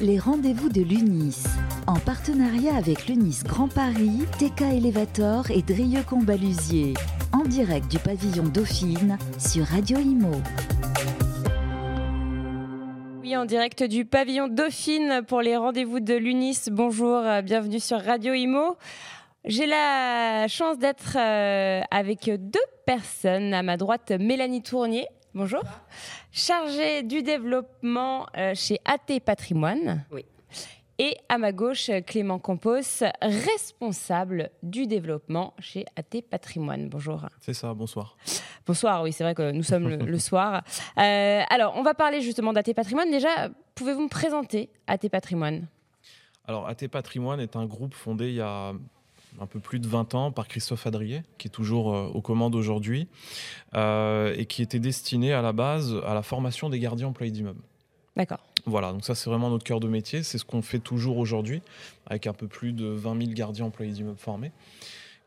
les rendez-vous de l'UNIS. En partenariat avec l'UNIS Grand Paris, TK Elevator et Drieux Combalusier. En direct du pavillon Dauphine sur Radio Imo. Oui, en direct du pavillon Dauphine pour les rendez-vous de l'UNIS. Bonjour, euh, bienvenue sur Radio Imo. J'ai la chance d'être euh, avec deux personnes. À ma droite, Mélanie Tournier. Bonjour. Chargée du développement euh, chez AT Patrimoine. Oui. Et à ma gauche, Clément Campos, responsable du développement chez AT Patrimoine. Bonjour. C'est ça, bonsoir. Bonsoir, oui, c'est vrai que nous sommes le, le soir. Euh, alors, on va parler justement d'AT Patrimoine. Déjà, pouvez-vous me présenter AT Patrimoine Alors, AT Patrimoine est un groupe fondé il y a un peu plus de 20 ans par Christophe Adrier, qui est toujours euh, aux commandes aujourd'hui, euh, et qui était destiné à la base à la formation des gardiens employés d'immeubles. D'accord. Voilà, donc ça c'est vraiment notre cœur de métier, c'est ce qu'on fait toujours aujourd'hui, avec un peu plus de 20 000 gardiens employés d'immeubles formés.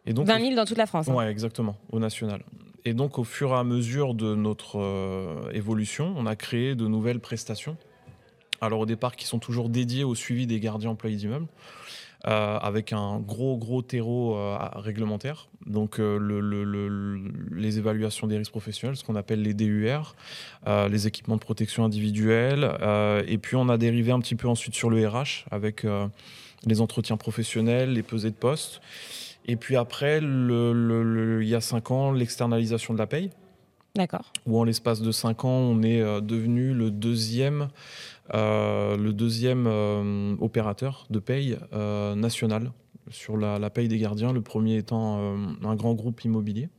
Et donc, 20 000 dans toute la France. hein. Ouais, exactement, au national. Et donc, au fur et à mesure de notre euh, évolution, on a créé de nouvelles prestations. Alors, au départ, qui sont toujours dédiées au suivi des gardiens employés d'immeubles, euh, avec un gros, gros terreau euh, à- réglementaire. Donc, euh, le- le- le- les évaluations des risques professionnels, ce qu'on appelle les DUR, euh, les équipements de protection individuelle. euh, et puis, on a dérivé un petit peu ensuite sur le RH avec euh, les entretiens professionnels, les pesées de poste. Et puis après, le- le- le- il y a 5 ans, l'externalisation de la paye, D'accord. où en l'espace de 5 ans, on est euh, devenu le deuxième, euh, le deuxième euh, opérateur de paye euh, national sur la, la paye des gardiens, le premier étant euh, un grand groupe immobilier.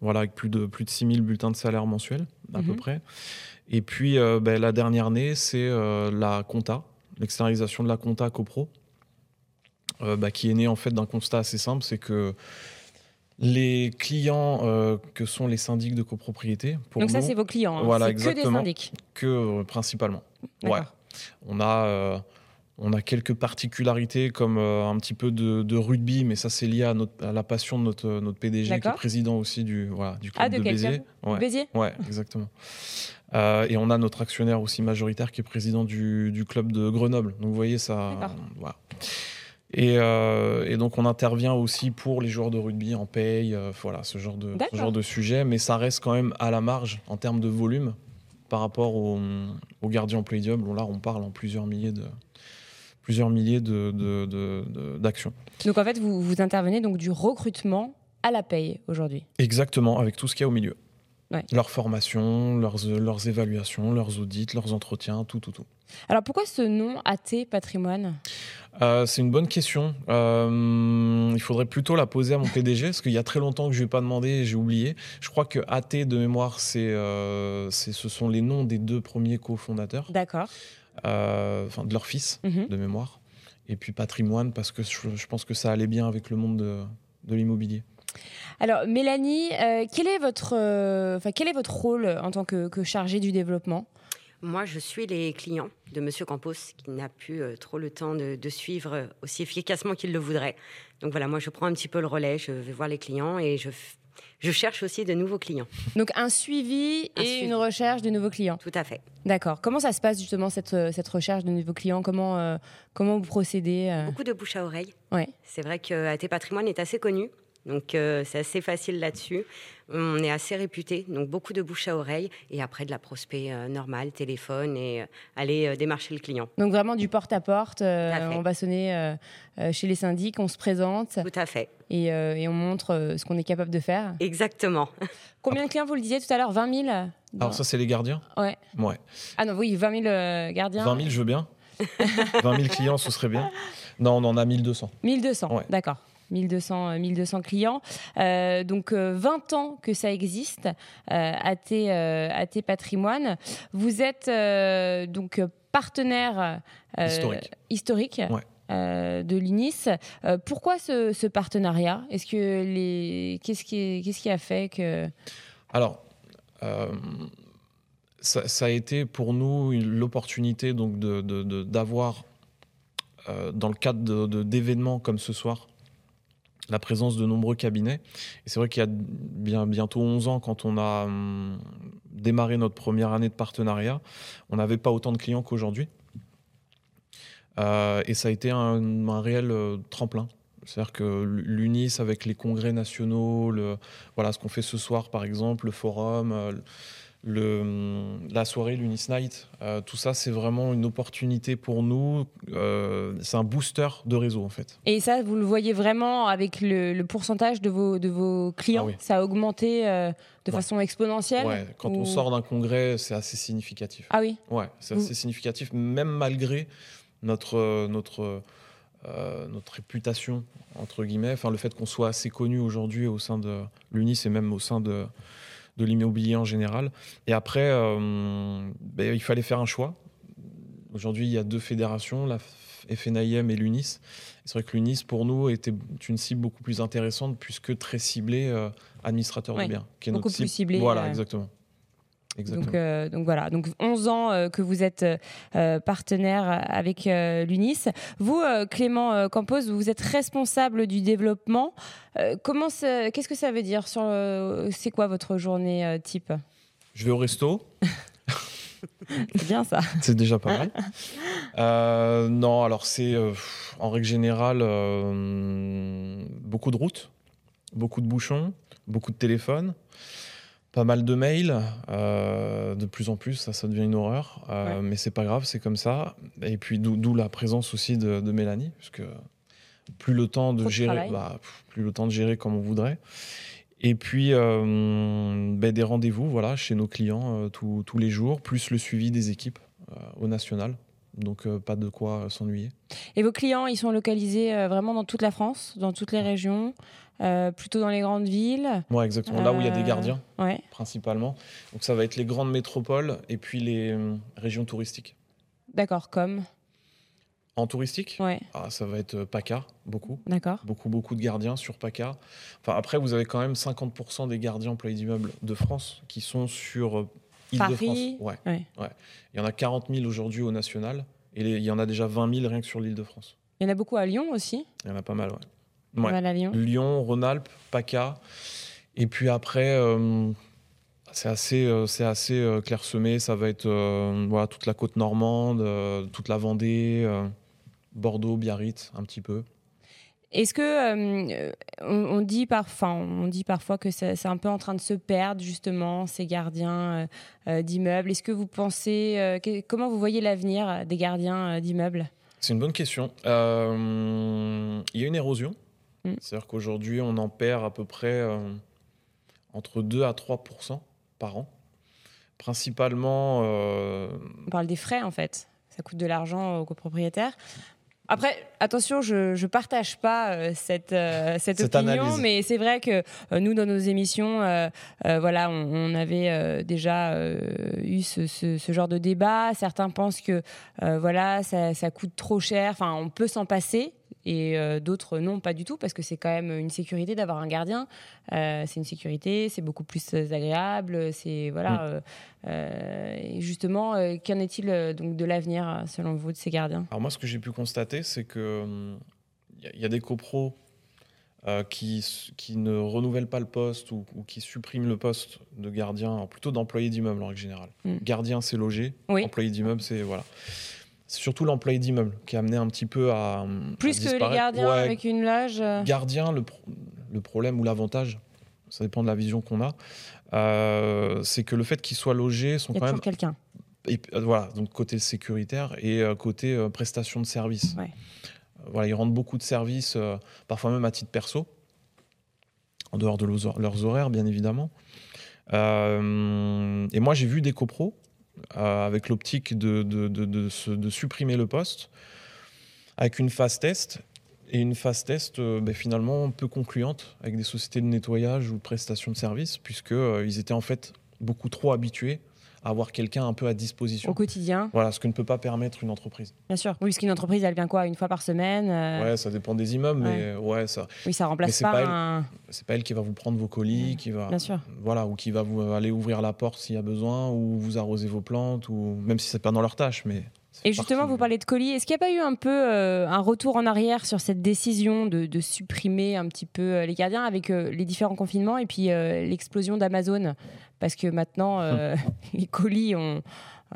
Voilà, avec plus de, plus de 6000 bulletins de salaire mensuels, à peu Mhm. près. Et puis, euh, ben, la dernière année, c'est euh, la compta, l'externalisation de la compta CoPro, euh, bah, qui est née en fait d'un constat assez simple, c'est que les clients euh, que sont les syndics de copropriété, pour Donc, ça, nous, c'est vos clients. hein. Voilà, c'est que des exactement. syndics. que euh, principalement. Ouais. D'accord. On a, euh, on a quelques particularités comme euh, un petit peu de, de rugby, mais ça c'est lié à, notre- à la passion de notre, euh, notre PDG, qui est D'accord. président aussi du, voilà, du club Ah, de de, quel Béziers. Ouais. Béziers Ouais, exactement. Euh, et on a notre actionnaire aussi majoritaire qui est président du, du club de Grenoble. Donc vous voyez ça. D'accord. voilà. Et, euh, et donc on intervient aussi pour les joueurs de rugby en paye, euh, voilà ce genre de ce D'accord. genre de sujet, mais ça reste quand même à la marge en termes de volume par rapport aux au gardiens playdium. Bon, là on parle en plusieurs milliers de plusieurs milliers de- de- de- de- d'actions. Donc, en fait, vous, vous intervenez donc du recrutement à la paye aujourd'hui. Exactement, avec tout ce qu'il y a au milieu. Ouais. Leur formation, leurs, leurs évaluations, leurs audits, leurs entretiens, tout, tout, tout. Alors, pourquoi ce nom AT Patrimoine Euh, c'est une bonne question. Euh, il faudrait plutôt la poser à mon PDG, parce qu'il y a très longtemps que je ne lui ai pas demandé et j'ai oublié. Je crois que AT de mémoire, c'est, euh, c'est- ce sont les noms des deux premiers cofondateurs, D'accord. euh, enfin de leur fils Mhm. de mémoire. Et puis patrimoine, parce que je, je pense que ça allait bien avec le monde de, de l'immobilier. Alors, Mélanie, euh, quel, est votre, euh, enfin, quel est votre rôle en tant que, que chargée du développement Moi, je suis les clients de Monsieur Campos, qui n'a plus euh, trop le temps de, de suivre euh, aussi efficacement qu'il le voudrait. Donc voilà, moi, je prends un petit peu le relais, je vais voir les clients et je, f- je cherche aussi de nouveaux clients. Donc, un suivi Un et suivi. une recherche de nouveaux clients. Tout à fait. D'accord. Comment ça se passe justement cette, euh, cette recherche de nouveaux clients comment, euh, comment vous procédez euh Beaucoup de bouche à oreille. Ouais. C'est vrai que AT Patrimoine est assez connu. Donc euh, c'est assez facile là-dessus. On est assez réputé, donc beaucoup de bouche à oreille et après de la prospect euh, normale, téléphone et euh, aller euh, démarcher le client. Donc vraiment du porte-à-porte. euh, Tout à fait. on va sonner euh, euh, chez les syndics, on se présente Tout à fait. et, euh, et on montre euh, ce qu'on est capable de faire. Exactement. Combien de clients vous le disiez tout à l'heure 20 000 euh, Alors dans- ça, c'est les gardiens Ouais. Ouais. Ah non, oui, 20 000 euh, gardiens. 20 000, je veux bien. 20 000 clients, ce serait bien. Non, on en a 1200. 1200, Ouais. d'accord. 1200, euh, 1200 clients. Euh, donc euh, 20 ans que ça existe euh, à, tes, euh, à tes patrimoines. Vous êtes euh, donc euh, partenaire euh, Historique. historique, Ouais. euh, de l'INIS. Euh, pourquoi ce, ce partenariat Est-ce que les qu'est-ce qui qu'est-ce qui a fait que Alors, euh, ça, ça a été pour nous une- l'opportunité donc de- de- de- d'avoir, euh, dans le cadre de- de- d'événements comme ce soir, la présence de nombreux cabinets. Et c'est vrai qu'il y a bien, bientôt 11 ans, quand on a hum, démarré notre première année de partenariat, on n'avait pas autant de clients qu'aujourd'hui. Euh, et ça a été un, un réel euh, tremplin. C'est-à-dire que l'UNIS, avec les congrès nationaux, le, voilà, ce qu'on fait ce soir, par exemple, le forum, euh, le, la soirée, l'UNIS Night, euh, tout ça, c'est vraiment une opportunité pour nous. Euh, c'est un booster de réseau, en fait. Et ça, vous le voyez vraiment avec le, le pourcentage de vos, de vos clients Ah oui. Ça a augmenté euh, de Ouais. façon exponentielle Ouais, quand ou- on sort d'un congrès, c'est assez significatif. Ah oui, Ouais, c'est Vous- assez significatif, même malgré notre, euh, notre, euh, notre réputation, entre guillemets, enfin, le fait qu'on soit assez connu aujourd'hui au sein de l'UNIS et même au sein de, de l'immobilier en général. Et après, euh, ben, il fallait faire un choix. Aujourd'hui, il y a deux fédérations, la FNIM et l'UNIS. Et C'est vrai que l'UNIS, pour nous, était une cible beaucoup plus intéressante puisque très ciblée euh, administrateur Ouais, de biens, qui est beaucoup notre plus cible. ciblée, Voilà, euh, exactement. exactement. donc, euh, donc voilà, donc 11 ans euh, que vous êtes euh, euh, partenaire avec euh, l'UNIS. Vous, euh, Clément euh, Campos, vous êtes responsable du développement. Euh, comment ça- Qu'est-ce que ça veut dire sur le- C'est quoi votre journée euh, type Je vais au resto. C'est bien ça. C'est déjà pas mal. Euh, non, alors c'est euh, pff, en règle générale euh, beaucoup de routes, beaucoup de bouchons, beaucoup de téléphones, pas mal de mails. euh, de plus en plus, ça, ça devient une horreur. Euh, Mais c'est pas grave, c'est comme ça. Et puis d'où d'où la présence aussi de, de Mélanie, parce que plus le temps de Trop de gérer, travail. bah, pff, plus le temps de gérer comme on voudrait. Et puis euh, ben, des rendez-vous, voilà, chez nos clients euh, tous- tous les jours, plus le suivi des équipes euh, au national. Donc euh, pas de quoi euh, s'ennuyer. Et vos clients, ils sont localisés euh, vraiment dans toute la France, dans toutes les régions, euh, plutôt dans les grandes villes. Moi exactement. Là où il y a Euh, des gardiens Ouais. principalement. Donc ça va être les grandes métropoles et puis les euh, régions touristiques. D'accord, comme. En touristique, Ouais, ah, ça va être euh, PACA beaucoup. d'accord. Beaucoup, beaucoup de gardiens sur PACA. Enfin, après, vous avez quand même 50% des gardiens employés d'immeubles de France qui sont sur euh, Île-de-France. Paris. Ouais. Ouais. ouais. Il y en a 40 000 aujourd'hui au national et les- il y en a déjà 20 000 rien que sur l'île de France. Il y en a beaucoup à Lyon aussi. Il y en a pas mal, ouais. pas Ouais. mal à Lyon. Hein Lyon, Rhône-Alpes, PACA. Et puis après, euh, c'est assez, euh, c'est assez euh, clairsemé. Ça va être euh, voilà, toute la côte normande, euh, toute la Vendée, euh, Bordeaux, Biarritz, un petit peu. Est-ce que euh, euh, on, on dit par- enfin, on dit parfois que c'est c'est un peu en train de se perdre justement ces gardiens euh, euh, d'immeubles. Est-ce que vous pensez euh, que- comment vous voyez l'avenir des gardiens euh, d'immeubles C'est une bonne question. Euh, il y a une érosion. Mm. C'est-à-dire qu'aujourd'hui, on en perd à peu près euh, entre 2 à 3 par an. Principalement, euh, On parle des frais en fait. Ça coûte de l'argent aux copropriétaires. Après, attention, je ne partage pas euh, cette, euh, cette, Cette opinion, analyse. mais c'est vrai que euh, nous, dans nos émissions, euh, euh, voilà, on, on avait euh, déjà euh, eu ce, ce- ce genre de débat. Certains pensent que euh, voilà, ça, ça coûte trop cher, enfin, on peut s'en passer. Et euh, d'autres, non, pas du tout, parce que c'est quand même une sécurité d'avoir un gardien. Euh, c'est une sécurité, c'est beaucoup plus euh, agréable. C'est voilà. Mm. euh, euh, et justement, euh, qu'en est-il euh, donc de l'avenir euh, selon vous de ces gardiens Alors moi, ce que j'ai pu constater, c'est que hum, il y a- il y, a des copros euh, qui, s- qui ne renouvellent pas le poste ou, ou qui suppriment le poste de gardien, alors plutôt d'employé d'immeuble en règle générale. Mm. Gardien, c'est logé. Oui. Employé d'immeuble, c'est voilà. C'est surtout l'employé d'immeuble qui a amené un petit peu à hum, à Plus que les disparaître. gardiens Ouais, avec une loge. euh, gardien, le, pro- le problème ou l'avantage, ça dépend de la vision qu'on a, euh, c'est que le fait qu'ils soient logés sont Il y a quand toujours quelqu'un. même et, euh, voilà, donc côté sécuritaire et euh, côté euh, prestation de services. Ouais. Euh, voilà, ils rendent beaucoup de services, euh, parfois même à titre perso, en dehors de leurs hor- leurs horaires, bien évidemment. Euh, et moi, j'ai vu des copros euh, avec l'optique de, de- de- de se- de supprimer le poste, avec une phase test. Et une phase test euh, ben, finalement peu concluante avec des sociétés de nettoyage ou de prestation de services, puisqu'ils étaient en fait beaucoup trop habitués à avoir quelqu'un un peu à disposition. Au quotidien, Voilà, ce que ne peut pas permettre une entreprise. bien sûr. Oui, parce qu'une entreprise, elle vient quoi Une fois par semaine euh, Ouais, ça dépend des immeubles, mais ouais, ça, Oui, ça Mais remplace c'est pas, pas elle. Ah. un. c'est pas elle qui va vous prendre vos colis, qui va, Bien sûr. voilà, ou qui va vous aller ouvrir la porte s'il y a besoin, ou vous arroser vos plantes, ou même si c'est pas dans leur tâche, mais. ça fait Et justement, partie vous du- parlez de colis. Est-ce qu'il n'y a pas eu un peu euh, un retour en arrière sur cette décision de, de supprimer un petit peu euh, les gardiens avec euh, les différents confinements et puis euh, l'explosion d'Amazon Parce que maintenant, euh, les colis, on,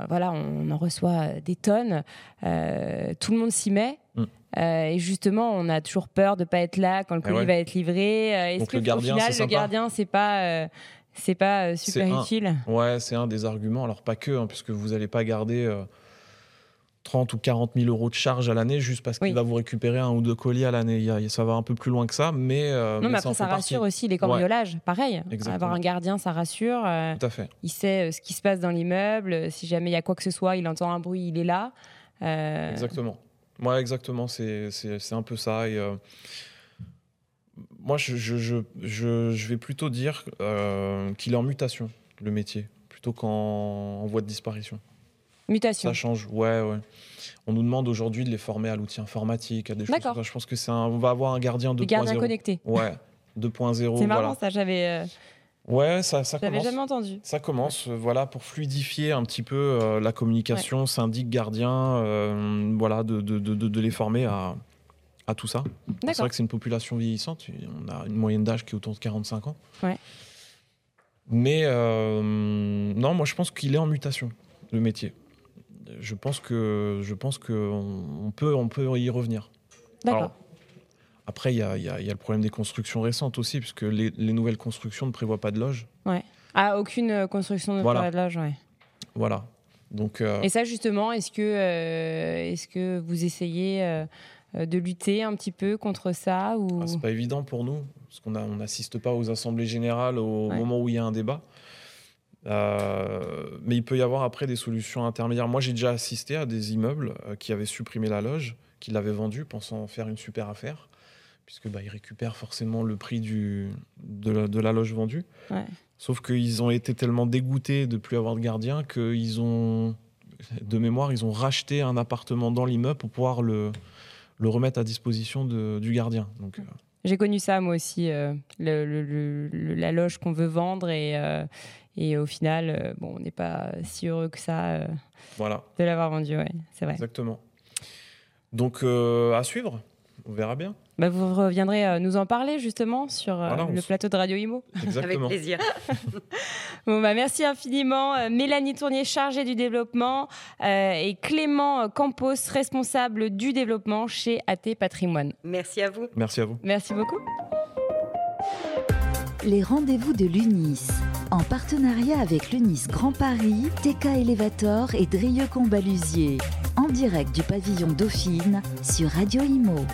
voilà, on en reçoit des tonnes, euh, tout le monde s'y met. Mm. Euh, et justement, on a toujours peur de pas être là quand le Eh colis ouais. va être livré. Euh, Est-ce Donc que le au gardien, final, c'est le sympa. gardien, c'est pas, euh, c'est pas euh, super C'est un. utile Ouais, c'est un des arguments. Alors, pas que, hein, puisque vous n'allez pas garder euh, 30 ou 40 000 euros de charge à l'année juste parce qu'il Oui. va vous récupérer un ou deux colis à l'année. Il y a- Ça va un peu plus loin que ça, mais. euh, Non, mais en après, ça fait partie. rassure aussi les cambriolages. Pareil, Exactement. avoir un gardien, ça rassure. euh, Tout à fait. il sait euh, ce qui se passe dans l'immeuble. euh, Si jamais il y a quoi que ce soit, il entend un bruit, il est là. Euh, Exactement. Moi, exactement, c'est c'est- c'est un peu ça. Et, euh, moi, je, je, je, je- je vais plutôt dire euh, qu'il est en mutation, le métier, plutôt qu'en en voie de disparition. mutation. Ça change, ouais, ouais. On nous demande aujourd'hui de les former à l'outil informatique, à des choses. D'accord. comme ça. Je pense que c'est un- on va avoir un gardien 2.0. Les gardiens connectés. Ouais, 2.0. C'est marrant Oh, voilà. ça, j'avais euh, Ouais, ça, ça j'avais commence. jamais entendu. Ça commence, euh, voilà, pour fluidifier un petit peu euh, la communication, syndic, gardien, euh, voilà, de, de, de, de- de les former à, à tout ça. C'est D'accord. vrai que c'est une population vieillissante, et on a une moyenne d'âge qui est autour de 45 ans. Ouais. Mais euh, non, moi je pense qu'il est en mutation, le métier. Je pense que je pense que on, on peut on peut y revenir. D'accord. Alors, après, il y a, il y a- il y a le problème des constructions récentes aussi, puisque les, les nouvelles constructions ne prévoient pas de loge. Ah, aucune euh, construction de Voilà. forêt de l'âge, ouais. Voilà. Donc euh, Et ça, justement, est-ce que, euh, est-ce que vous essayez euh, euh, de lutter un petit peu contre ça ou... Ah, c'est pas évident pour nous, parce qu'on a- on n'assiste pas aux assemblées générales au Ouais. moment où il y a un débat. Euh, mais il peut y avoir après des solutions intermédiaires. Moi, j'ai déjà assisté à des immeubles euh, qui avaient supprimé la loge, qui l'avaient vendue, pensant en faire une super affaire, puisque bah, ils récupèrent forcément le prix du, de, la, de la loge vendue. Ouais. Sauf qu'ils ont été tellement dégoûtés de plus avoir de gardien qu'ils ont, de mémoire, ils ont racheté un appartement dans l'immeuble pour pouvoir le, le remettre à disposition de- du gardien. Donc, euh, J'ai connu ça, moi aussi, euh, le- le- le- le- la loge qu'on veut vendre et, euh, et au final, euh, bon, on n'est pas si heureux que ça euh, Voilà, de l'avoir vendue, ouais, c'est vrai. exactement. Donc euh, à suivre, on verra bien. Bah, vous reviendrez euh, nous en parler justement sur euh, Voilà, on le se- plateau de Radio Imo. Exactement. Avec plaisir. Bon, bah, merci infiniment. Euh, Mélanie Tournier, chargée du développement, euh, et Clément Campos, responsable du développement chez AT Patrimoine. Merci à vous. Merci à vous. Merci beaucoup. Les rendez-vous de l'UNIS, en partenariat avec l'UNIS Grand Paris, TK Elevator et Drieux Combalusier, en direct du pavillon Dauphine sur Radio Imo.